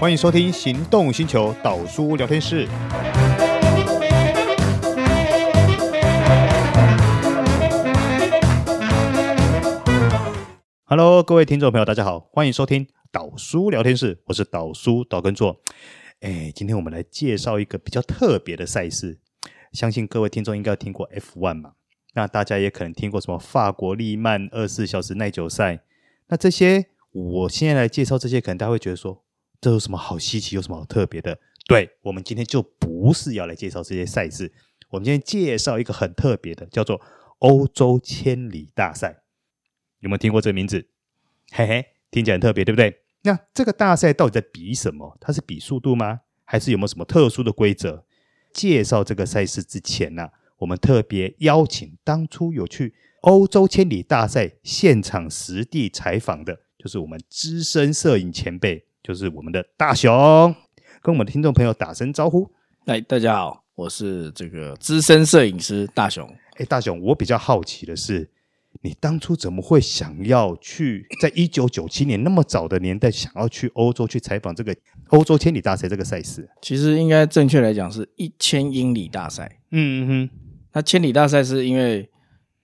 欢迎收听《行动星球》导书聊天室。Hello，各位听众朋友，大家好，欢迎收听导书聊天室，我是导书导根座。哎，今天我们来介绍一个比较特别的赛事，相信各位听众应该有听过 F1 嘛，那大家也可能听过什么法国利曼二十四小时耐久赛，那这些我现在来介绍这些，可能大家会觉得说，这有什么好稀奇，有什么好特别的？对我们今天就不是要来介绍这些赛事，我们今天介绍一个很特别的，叫做欧洲千里大赛。有没有听过这个名字？嘿嘿，听起来很特别，对不对？那这个大赛到底在比什么？它是比速度吗？还是有没有什么特殊的规则？介绍这个赛事之前呢、我们特别邀请当初有去欧洲千里大赛现场实地采访的，就是我们资深摄影前辈，就是我们的大雄，跟我们的听众朋友打声招呼。哎，大家好，我是这个资深摄影师大雄。哎，大雄，我比较好奇的是，你当初怎么会想要去在一九九七年那么早的年代，想要去欧洲去采访这个欧洲千里大赛这个赛事？其实应该正确来讲是一千英里大赛。嗯嗯那千里大赛是因为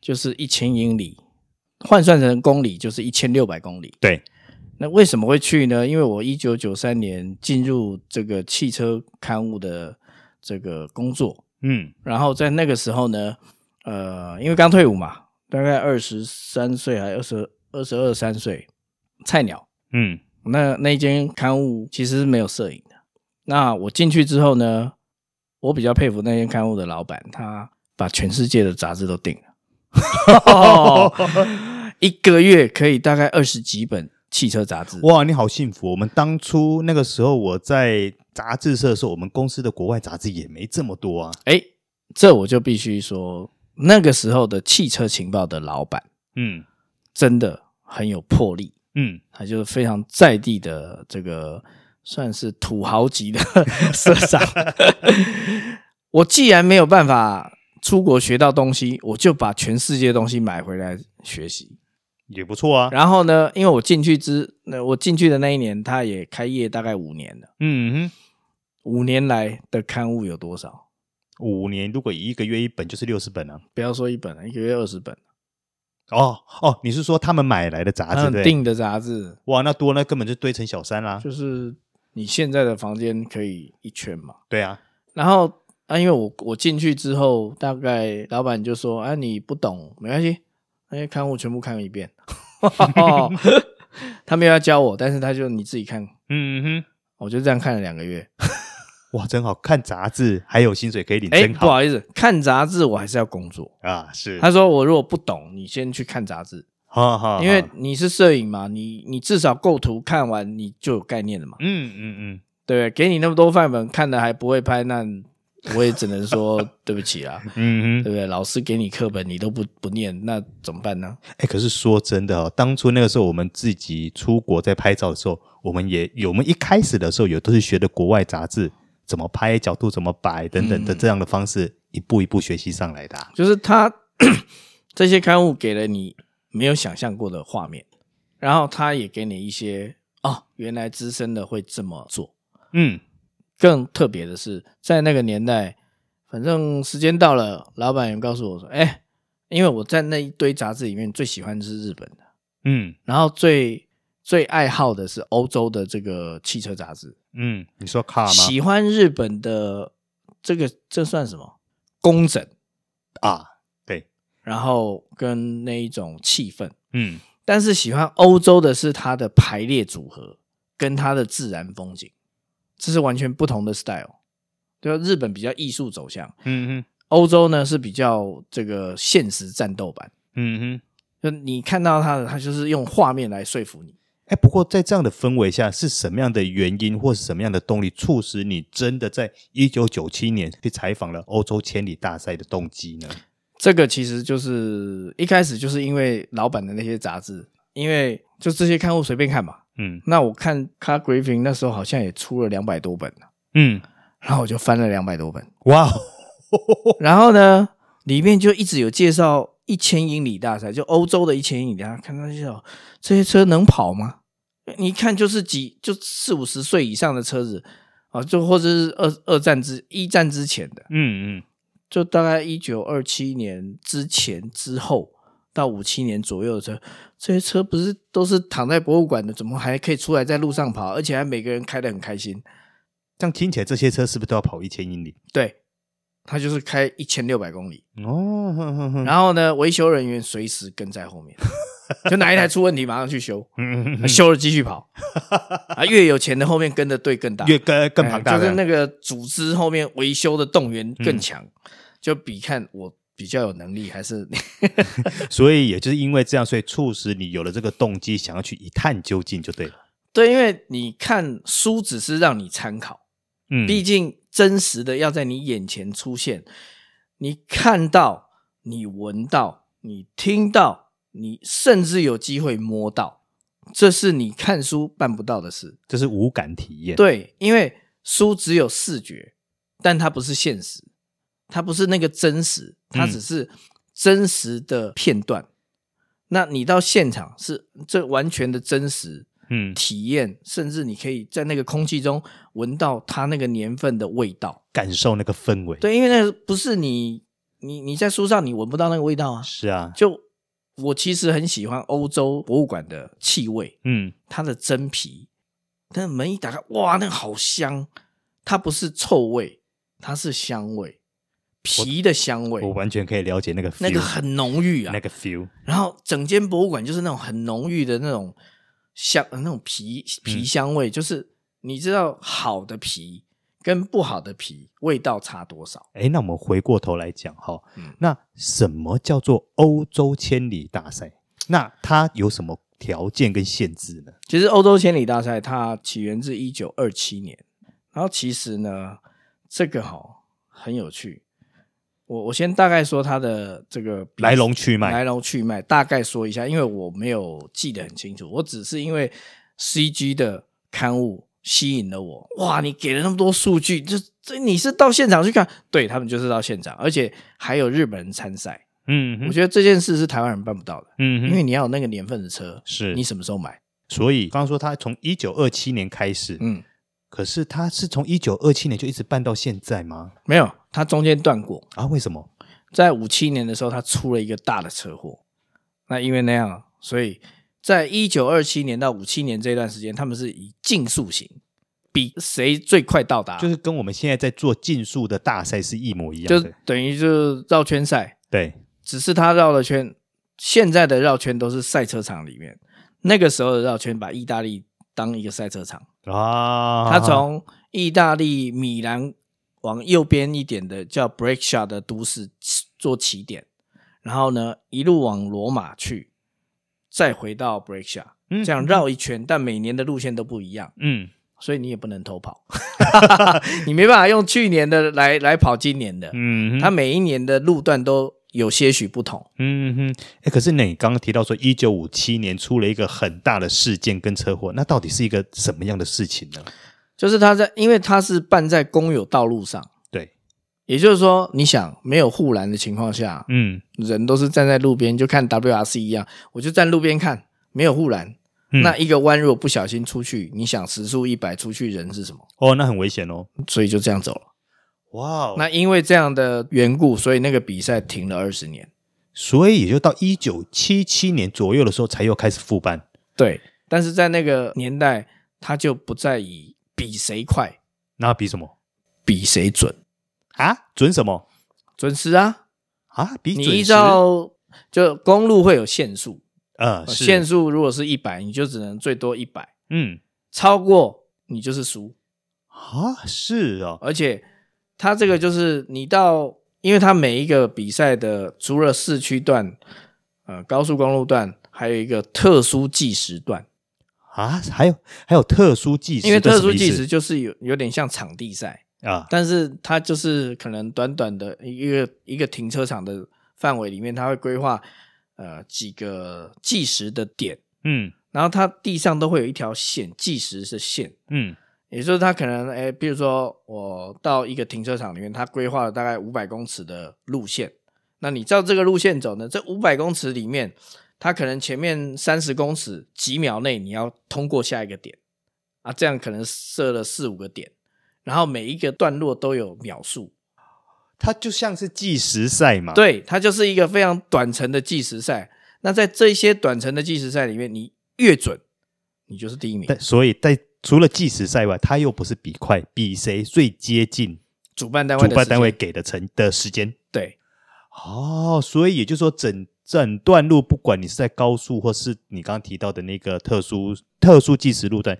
就是一千英里，换算成公里就是一千六百公里。对，那为什么会去呢？因为我一九九三年进入这个汽车刊物的这个工作，嗯然后在那个时候呢，呃，因为刚退伍嘛，大概二十三岁还二十二十二三岁，菜鸟。嗯那那间刊物其实是没有摄影的。那我进去之后呢，我比较佩服那间刊物的老板，他把全世界的杂志都订了， 一个月可以大概二十几本汽车杂志。哇，你好幸福！我们当初那个时候我在杂志社的时候，我们公司的国外杂志也没这么多啊。哎，这我就必须说，那个时候的汽车情报的老板嗯真的很有魄力，嗯，他就是非常在地的这个算是土豪级的 社长。 我既然没有办法出国学到东西，我就把全世界的东西买回来学习。也不错啊。然后呢，因为我进去之，那我进去的那一年，他也开业大概五年了。嗯哼，五年来的刊物有多少？五年如果一个月一本就是六十本啊。不要说一本了，一个月二十本，哦哦，你是说他们买来的杂志嗯对不对？订的杂志哇，那多那根本就堆成小山啦、就是你现在的房间可以一圈嘛。对啊，然后啊，因为我我进去之后，大概老板就说：“啊，你不懂没关系，那些刊物全部看一遍。”他没有要教我，但是他就你自己看，嗯我就这样看了两个月。哼，哇，真好看杂志，还有薪水可以领，哎，真不好好意思，看杂志我还是要工作。啊！是，他说：“我如果不懂，你先去看杂志，哈哈因为你是摄影嘛，你你至少构图看完你就有概念了嘛，嗯嗯嗯，对不对？给你那么多范本，看了还不会拍，那我也只能说 对不起啦，嗯对不对？老师给你课本你都不不念，那怎么办呢？”哎、可是说真的哦，当初那个时候我们自己出国在拍照的时候，我们也有我们一开始的时候有都是学的国外杂志怎么拍、角度怎么摆等等的嗯这样的方式，一步一步学习上来的啊、就是他 这些刊物给了你没有想象过的画面，然后他也给你一些哦，原来资深的会这么做。嗯，更特别的是，在那个年代，反正时间到了，老板也告诉我说：“哎，因为我在那一堆杂志里面最喜欢的是日本的，嗯然后最最爱好的是欧洲的这个汽车杂志，嗯，你说卡吗？喜欢日本的这个这算什么工整，啊，对，然后跟那一种气氛。”嗯但是喜欢欧洲的是它的排列组合跟它的自然风景，这是完全不同的 style。对啊吧？日本比较艺术走向，嗯哼欧洲呢是比较这个现实战斗版。嗯哼。就你看到它的，它就是用画面来说服你。哎，不过在这样的氛围下，是什么样的原因或是什么样的动力，促使你真的在一九九七年去采访了欧洲千里大赛的动机呢？这个其实就是一开始就是因为老板的那些杂志，因为就这些刊物随便看嘛。嗯那我看 Car Griffin 那时候好像也出了两百多本，嗯，然后我就翻了两百多本，哇哦，然后呢，里面就一直有介绍一千英里大赛，就欧洲的一千英里大赛，看到就这些车能跑吗？你一看就是几就四五十岁以上的车子啊，就或者是二二战之一战之前的，嗯嗯，就大概一九二七年之前之后到五七年左右的车，这些车不是都是躺在博物馆的，怎么还可以出来在路上跑，而且还每个人开得很开心？这样听起来这些车是不是都要跑一千英里？对，他就是开一千六百公里，哦，哼哼哼然后呢，维修人员随时跟在 后面，就哪一台出问题马上去修，嗯嗯嗯啊修了继续 跑，啊，越有钱的后面跟的队更大，越更更庞大哎的，嗯就是那个组织后面维修的动员更强，就比看我比较有能力还是 所以也就是因为这样，所以促使你有了这个动机，想要去一探究竟，就对了。对，因为你看书只是让你参考，嗯，毕竟真实的要在你眼前出现，你看到、你闻到、你听到、你甚至有机会摸到，这是你看书办不到的事。这是无感体验。，对，因为书只有视觉，但它不是现实，它不是那个真实，它嗯只是真实的片段。那你到现场是这完全的真实嗯，体验，甚至你可以在那个空气中闻到它那个年份的味道。感受那个氛围。，对，因为那个不是你你你在书上你闻不到那个味道啊。是啊，就我其实很喜欢欧洲博物馆的气味，嗯它的真皮，那门一打开，哇，那个好香！它不是臭味，它是香味，皮的香味我，完全可以了解那个 feel, 那个很浓郁啊。那个 feel。然后整间博物馆就是那种很浓郁的那种香，那种皮嗯皮香味，就是你知道好的皮跟不好的皮味道差多少？哎，那我们回过头来讲哈、嗯那什么叫做欧洲千里大赛？那它有什么条件跟限制呢？其实欧洲千里大赛它起源自一九二七年，然后其实呢，这个哈、很有趣。我我先大概说它的这个比来龙去脉来龙去脉大概说一下，因为我没有记得很清楚，我只是因为 CG 的刊物吸引了我。哇，你给了那么多数据，这这你是到现场去看？对他们就是到现场，而且还有日本人参赛。嗯我哼觉得这件事是台湾人办不到的，嗯因为你要有那个年份的车，是你什么时候买？所以刚刚说它从一九二七年开始，嗯。可是它是从一九二七年就一直办到现在吗？没有，他中间断过。啊，为什么？在五七年的时候，他出了一个大的车祸。那因为那样，所以在一九二七年到五七年这段时间，他们是以竞速型，比谁最快到达，就是跟我们现在在做竞速的大赛是一模一就样的。等于就是绕圈赛，对，只是他绕了圈。现在的绕圈都是赛车场里面，那个时候的绕圈把意大利当一个赛车场。啊，他从意大利米兰往右边一点的叫 Brescia 的都市做起点，然后呢一路往罗马去，再回到 Brescia，嗯这样绕一圈，但每年的路线都不一样，嗯，所以你也不能偷跑， 你没办法用去年的来来跑今年的，嗯它他每一年的路段都有些许不同。嗯哼，哎，可是呢，你刚刚提到说，一九五七年出了一个很大的事件跟车祸，那到底是一个什么样的事情呢？就是它在，因为它是办在公有道路上，对，也就是说，你想没有护栏的情况下，嗯，人都是站在路边，就看 WRC 一样，我就站路边看，没有护栏。嗯那一个弯如果不小心出去，你想时速一百出去人是什么？哦，那很危险哦。所以就这样走了。哇哦那那因为这样的缘故，所以那个比赛停了二十年。所以也就到一九七七年左右的时候，才又开始复办。对，但是在那个年代，他就不再以比谁快、那比什么比谁准、啊？准什么准时啊。啊？比你准依时照就公路会有限速，呃是限速如果是一百，你就只能最多一百，嗯超过你就是输。啊是哦，而且它这个就是你到，因为它每一个比赛的除了市区段、呃高速公路段，还有一个特殊计时段，啊还有还有特殊计时，因为这特什么殊意计思时就是有有点像场地赛，啊但是它就是可能短短的一个一个停车场的范围里面，它会规划呃几个计时的点，嗯然后它地上都会有一条线，计时的线。嗯也就是他可能诶，比如说我到一个停车场里面，他规划了大概五百公尺的路线，那你照这个路线走呢？这五百公尺里面，它可能前面三十公尺几秒内你要通过下一个点啊，这样可能设了四五个点，然后每一个段落都有秒数，它就像是计时赛嘛。，对，它就是一个非常短程的计时赛。那在这些短程的计时赛里面，你越准，你就是第一名。但所以在除了计时赛外，它又不是比快，比谁最接近主办单位主的办时单位间给的成的时间。对哦，所以也就是说整，整段路，不管你是在高速，或是你刚刚提到的那个特殊特殊计时路段，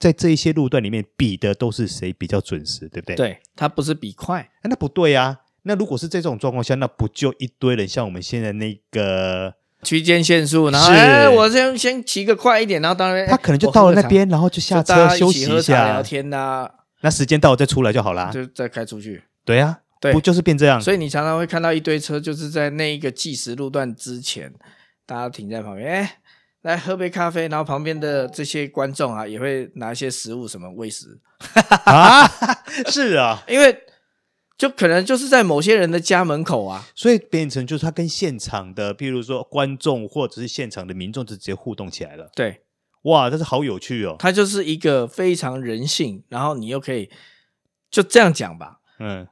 在这一些路段里面，比的都是谁比较准时，对不对？对，它不是比快，哎那不对啊！那如果是这种状况下，那不就一堆人像我们现在那个，区间限速，然后是哎，我先先骑个快一点，然后当然他可能就到了那边，，然后就哎哎下我喝个茶就大车家休起息喝一茶聊下，天呐、那时间到了再出来就好啦。就再开出去。对啊，对不就是变这样？所以你常常会看到一堆车，就是在那一个计时路段之前，大家停在旁边，哎，来喝杯咖啡，然后旁边的这些观众啊，也会拿一些食物什么喂食， 啊，是啊，因为就可能就是在某些人的家门口啊，所以变成就是他跟现场的，譬如说观众或者是现场的民众就直接互动起来了。对，哇，这是好有趣哦。它就是一个非常人性，然后你又可以就这样讲吧。嗯，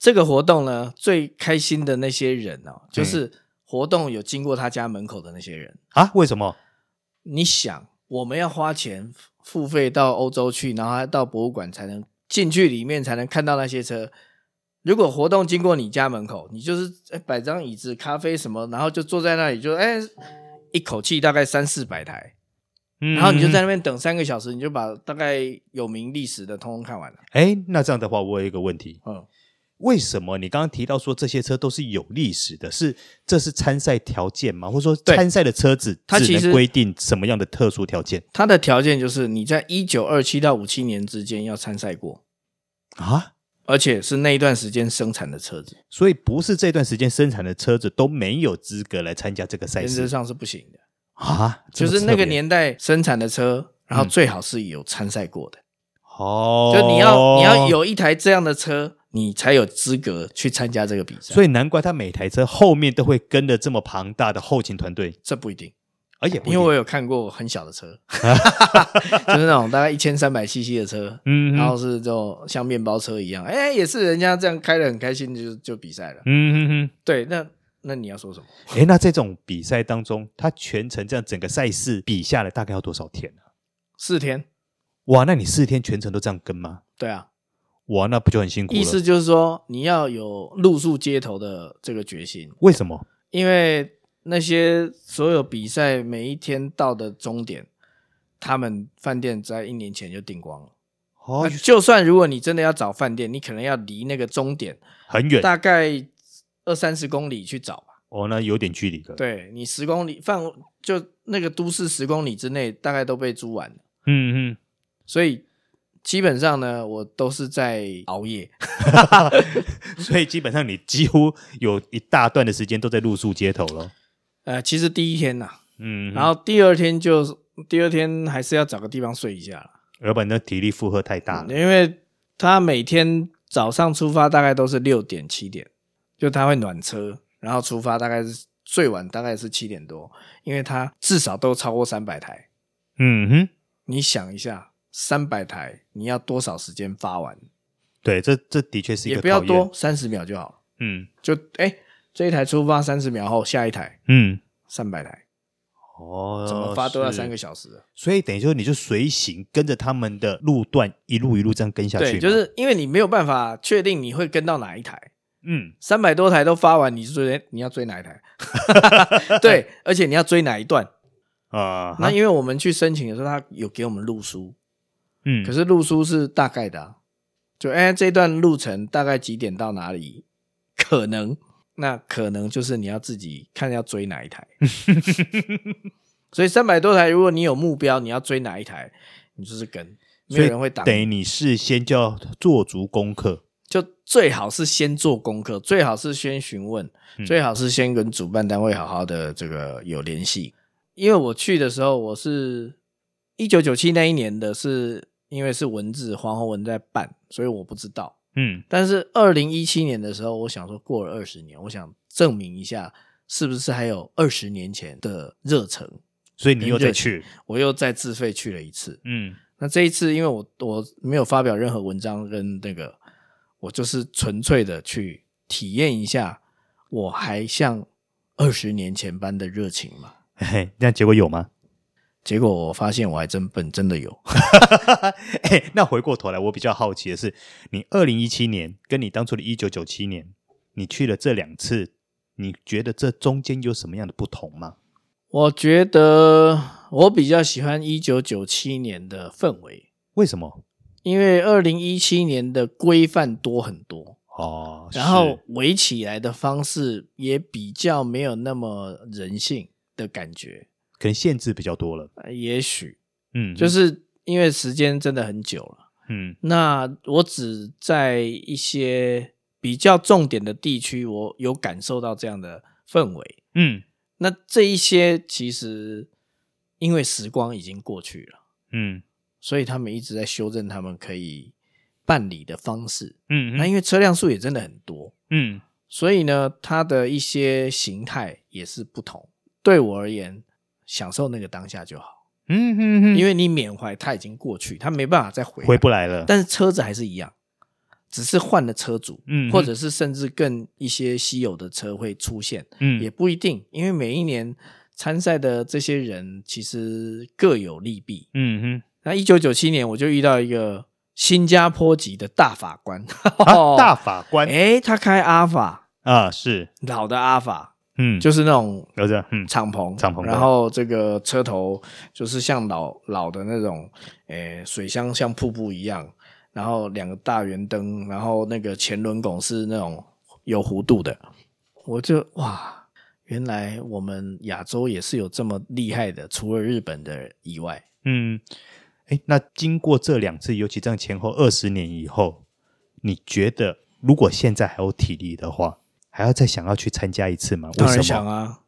这个活动呢，最开心的那些人哦，就是活动有经过他家门口的那些人。啊，为什么？你想，我们要花钱付费到欧洲去，然后还到博物馆才能进去里面才能看到那些车。如果活动经过你家门口，你就是哎摆张椅子、咖啡什么，然后就坐在那里就哎一口气大概三四百台，嗯然后你就在那边等三个小时，你就把大概有名历史的通通看完了。哎，那这样的话，我有一个问题，嗯，为什么你刚刚提到说这些车都是有历史的？是这是参赛条件吗？或者说对参赛的车子它只其实能规定什么样的特殊条件它的条件就是你在一九二七到五七年之间要参赛过，啊？而且是那一段时间生产的车子，所以不是这段时间生产的车子都没有资格来参加这个赛原则事上是不行的。啊？这就么是那特别个年代生产的车，然后嗯最好是有参赛过的，哦，就你要你要，有一台这样的车，你才有资格去参加这个比赛。所以以难怪他每台车后面都会跟着这么庞大的后勤团队，这不一定，而且不一因为定我有看过很小 的车，就是那种大概一千三百 CC 的车，嗯然后哼是这种像面包车一样，哎，也是人家这样开的很开心就就比赛了。嗯哼对，那那你要说什么？哼，哎，那这种比赛当中，他全程这样整个赛事比下来大概要多少天呢、四天，哇，那你四天全程都这样跟吗？对啊，哇，那不就很辛苦了？意思就是说你要有露宿街头的这个决心。为什么？因为那些所有比赛每一天到的终点，他们饭店在一年前就订光了。哦那，就算如果你真的要找饭店，你可能要离那个终点很远大概二三十公里去找吧。哦，那有点距离了。，对你十公里范围就那个都市十公里之内，大概都被租完了，嗯嗯，所以。基本上呢，我都是在熬夜，嗯 所以基本上你几乎有一大段的时间都在露宿街头了。呃，其实第一天呐、嗯，然后第二天就第二天还是要找个地方睡一下啦要不然那体力负荷太大了。嗯因为他每天早上出发大概都是六点七点，就他会暖车，然后出发大概是最晚大概是七点多，因为他至少都超过三百台。嗯哼，你想一下，三百台你要多少时间发完？对，这这的确是一也个不要考验多，。三十秒就好了。嗯就哎、这一台出发三十秒后，下一台嗯，三百台，哦，怎么发都要三个是。小时了。所以等于说你就随行跟着他们的路段一路一路这样跟下去嘛。对，就是因为你没有办法确定你会跟到哪一台。嗯，三百多台都发完，你追你要追哪一台？ 对，而且你要追哪一段？啊，嗯那因为我们去申请的时候，他有给我们路书，嗯，可是是路书是大概的、啊，就哎、这段路程大概几点到哪里？可能那可能就是你要自己看要追哪一 台。所以三百多台，如果你有目标，你要追哪一台，你就是跟，没有人会挡你。等于你事先就要做足功课。就最好是先做功课，最好是先询问，嗯最好是先跟主办单位好好的这个有联系。因为我去的时候，我是一九九七那一年的是，因为是文字黄宏文在办，所以我不知道。嗯但是二零一七年的时候，我想说过了二十年，我想证明一下是不是还有二十年前的热忱？所以你又再去，我又再自费去了一次。嗯，那这一次，因为我我没有发表任何文章跟那个，我就是纯粹的去体验一下，我还像二十年前般的热情嘛。嘿嘿， 那结果有吗？结果我发现我还真笨，真的有。 哎、那回过头来，我比较好奇的是，你二零一七年跟你当初的一九九七年，你去了这两次，你觉得这中间有什么样的不同吗？我觉得我比较喜欢一九九七年的氛围，为什么？因为二零一七年的规范多很多，哦，然后围起来的方式也比较没有那么人性的感觉。可能限制比较多了，呃也许嗯，就是因为时间真的很久了，嗯那我只在一些比较重点的地区，我有感受到这样的氛围。嗯那这一些其实因为时光已经过去了，嗯所以他们一直在修正他们可以办理的方式。嗯那嗯因为车辆数也真的很多，嗯所以呢，它的一些形态也是不同。对我而言，享受那个当下就好，嗯嗯，因为为你缅怀它已经过去，它没办法再回来回不来了，但是车子还是一样，只是换了车主，嗯或者是甚至更一些稀有的车会出现。也嗯不一定，因为每一年参赛的这些人其实各有利弊。嗯那一九九七年我就遇到一个新加坡籍的大法官，嗯， 啊，大法官哦哎，他开阿法，啊，是，老的阿法，嗯，就是那种有这，嗯敞篷，敞篷的然后这个车头就是像老老的那种，诶，水箱像瀑布一样，然后两个大圆灯，然后那个前轮拱是那种有弧度的，我就哇，原来我们亚洲也是有这么厉害的，除了日本的以外，嗯，哎，那经过这两次，尤其这样前后二十年以后，你觉得如果现在还有体力的话，还要再想要去参加一次吗？为当然什想么？啊，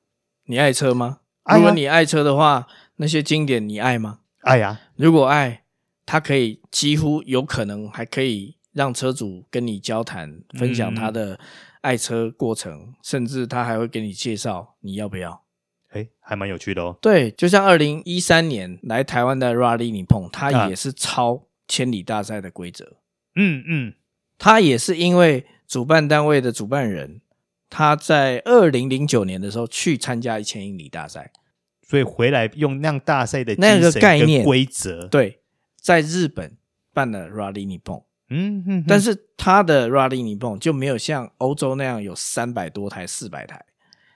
你爱车吗？爱啊如果你爱车的话，那些经典你爱吗？哎呀，如果爱，他可以几乎有可能还可以让车主跟你交谈，分享他的爱车过程，甚至他还会给你介绍你要不要。哎，还蛮有趣的哦。对，就像二零一三年来台湾的 Rally 你碰，他啊也是超千里大赛的规则，嗯嗯他也是因为主办单位的主办人。他在二零零九年的时候去参加一千英里大赛，所以回来用那样大赛的精那个神概跟念规则，，对，在日本办了 Rally 你碰，嗯嗯，嗯但是它的 Rally n i p o n 就没有像欧洲那样有三百多台、四百台，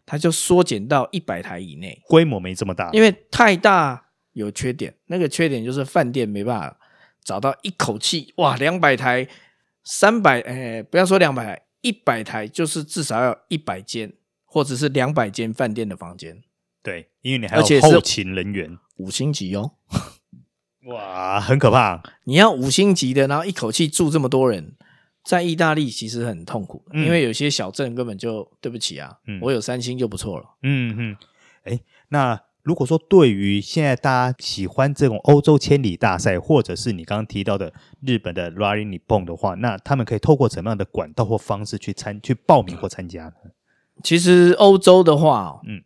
它就缩减到一百台以内，规模没这么大，因为太大有缺点，那个缺点就是饭店没办法找到一口气哇两百台、三百，哎，不要说两百台，一百台就是至少要一百间或者是两百间饭店的房间，对，因为你还而且有是后勤人员，五星级哦，哇，啊很可怕。你要五星级的，然后一口气住这么多人，在意大利其实很痛苦，嗯因为有些小镇根本就对不起啊，嗯我有三星就不错了。嗯嗯，哎，那如果说对于现在大家喜欢这种欧洲千里大赛，或者是你刚刚提到的日本的 Rally Nippon 的话，那他们可以透过什么样的管道或方式去参去报名或参加 呢？其实欧洲的话、哦，嗯嗯，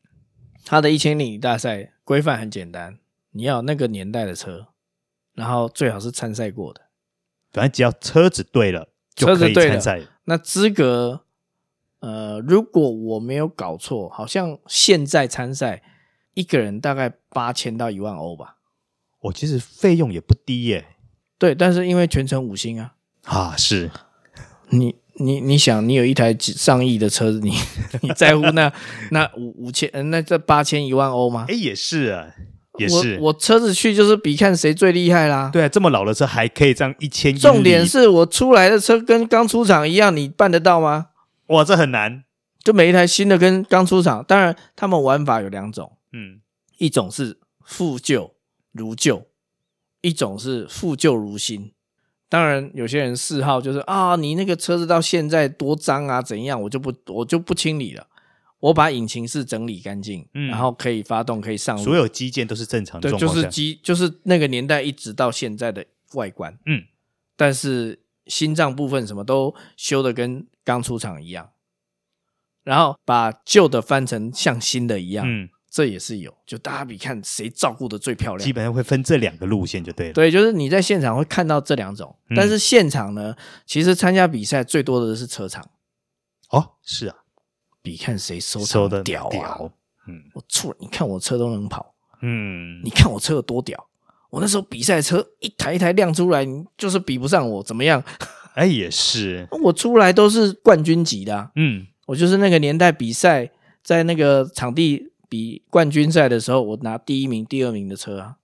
它的一千里大赛规范很简单，你要有那个年代的车，然后最好是参赛过的。反正只要车子对了，就车子可以对了参赛。那资格，呃，如果我没有搞错，好像现在参赛一个人大概八千到一万欧吧。我、哦其实费用也不低耶。对，但是因为全程五星啊，啊， 是，你你你想，你有一台几上亿的车子，你 你在乎那那五五千，呃那这八千一万欧吗哎，？也是啊，也是。我我车子去就是比看谁最厉害啦。，对啊，这么老的车还可以这样一千英里，重点是我出来的车跟刚出厂一样，你办得到吗？哇，这很难。就每一台新的跟刚出厂，当然他们玩法有两种，嗯一种是复旧如旧，一种是复旧如新。当然，有些人嗜好就是啊，你那个车子到现在多脏啊，怎样，我就不我就不清理了，我把引擎室整理干净，嗯然后可以发动，可以上路，所有基建都是正常的嗯对，状就况是下，机，就是那个年代一直到现在的外观，嗯，但是心脏部分什么都修的跟刚出厂一样，然后把旧的翻成像新的一样，嗯，这也是有。就大家比看谁照顾的最漂亮基。本上会分这两个路线就对了。对，就是你在现场会看到这两种，嗯但是现场呢，其实参加比赛最多的是车场，哦，是啊，比看谁收收场的屌啊！屌，嗯我出，你看我车都能跑，嗯你，看我车有多屌！我那时候比赛车一台一台亮出来，你就是比不上我，怎么样？哎也是，我出来都是冠军级的啊、嗯我就是那个年代比赛，在那个场地比冠军赛的时候，我拿第一名、第二名的车啊，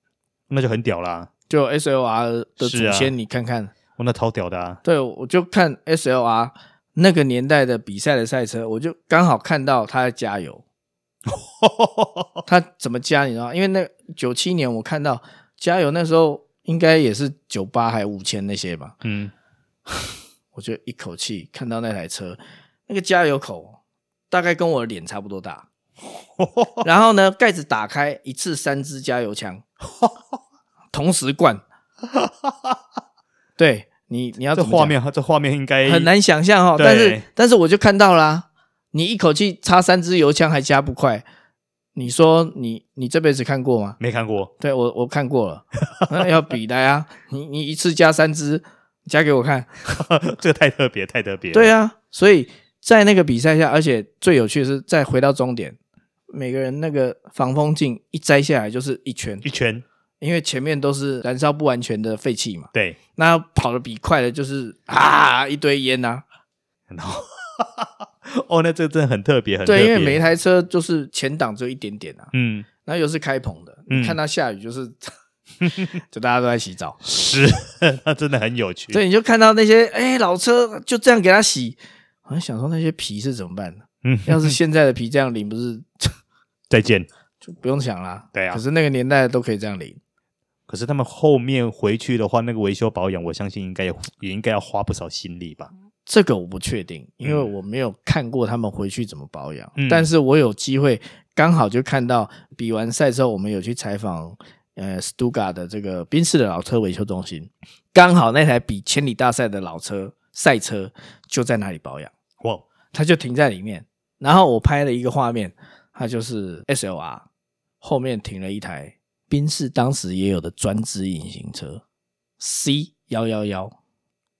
那就很屌啦，就 S L R 是的祖啊先，你看看，我那超屌的 啊，对我就看 S L R 那个年代的比赛的赛车，我就刚好看到他在加油，哦他怎么加，你知道吗？因为那九七年我看到加油那时候应该也是九八还五千那些吧，嗯，我就一口气看到那台车，那个加油口大概跟我的脸差不多 大，然后呢，盖子打开，一次三支加 油枪，同时灌，对你你要这怎么讲画面这画面应该很难想象哦，对但是但是我就看到啦、你一口气插三支油枪还加不快，你说你你这辈子看过吗？没看过， 对我我看过了，那要比来啊，你你一次加三支，加给我看。这个太特别，太特别，对，啊，所以在那个比赛下，而且最有趣的是，再回到终点，每个人那个防风镜一摘下来就是一圈，一圈，因为前面都是燃烧不完全的废气嘛。对，那跑得比快的就是啊一堆烟呐、然后哦，那这个真的很特别，很特对，别，因为每一台车就是前挡只有一点点啊，嗯然后又是开棚的，嗯你看它下雨就是， 就大家都在洗澡，是，那真的很有趣，对，你就看到那些哎、老车就这样给它洗，我在想说那些皮是怎么办的？嗯，要是现在的皮这样淋，不是 再见。就不用想啦。对啊可是那个年代都可以这样淋，可是他们后面回去的话，那个维修保养，我相信应该也也应该要花不少心力吧。这个我不确定，因为嗯我没有看过他们回去怎么保养。嗯但是我有机会刚好就看到比完赛之后，我们有去采访呃 Stuga 的这个宾士的老车维修中心，刚好那台比千里大赛的老车赛车就在那里保养，哇，它就停在里面。然后我拍了一个画面，它就是 SLR 后面停了一台宾士当时也有的专制隐形车 C 幺幺幺。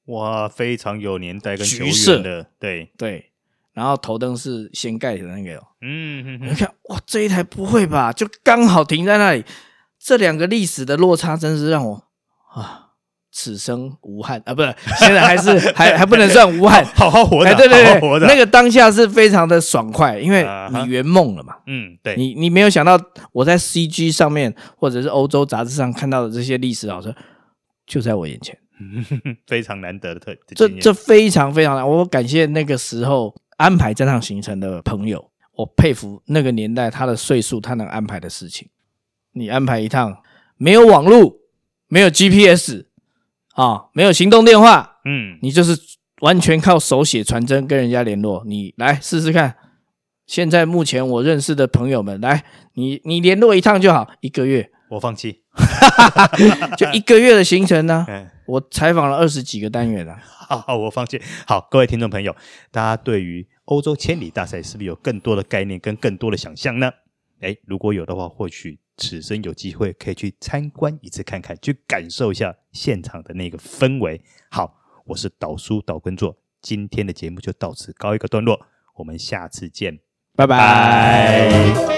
哇，非常有年代跟久橘色远的，对，对，然后头灯是掀盖的那个、哦，嗯，你看哇，这一台不会吧？就刚好停在那里，这两个历史的落差真是让我啊，此生无憾啊，不是，现在还是还还不能算无憾。好好活着，哎，对对好好活对，着，那个当下是非常的爽快，因为啊哈你圆梦了嘛。嗯，对，你你没有想到，我在 CG 上面或者是欧洲杂志上看到的这些历史老师，就在我眼前。 非常难得的特的这经验这非常非常难，我感谢那个时候安排这趟行程的朋友，我佩服那个年代他的岁数，他能安排的事情。你安排一趟没有网路、没有 GPS 啊、没有行动电话，嗯，你就是完全靠手写传真跟人家联络。你来试试看。现在目前我认识的朋友们，来，你你联络一趟就好，一个月我放弃，就一个月的行程呢、嗯，我采访了二十几个单元啊，好好，我放弃。好，各位听众朋友，大家对于欧洲千里大赛是不是有更多的概念跟更多的想象呢？哎，如果有的话，或许此生有机会可以去参观一次看看，去感受一下现场的那个氛围。好，我是导叔导根座，今天的节目就到此告一个段落，我们下次见，拜拜。拜。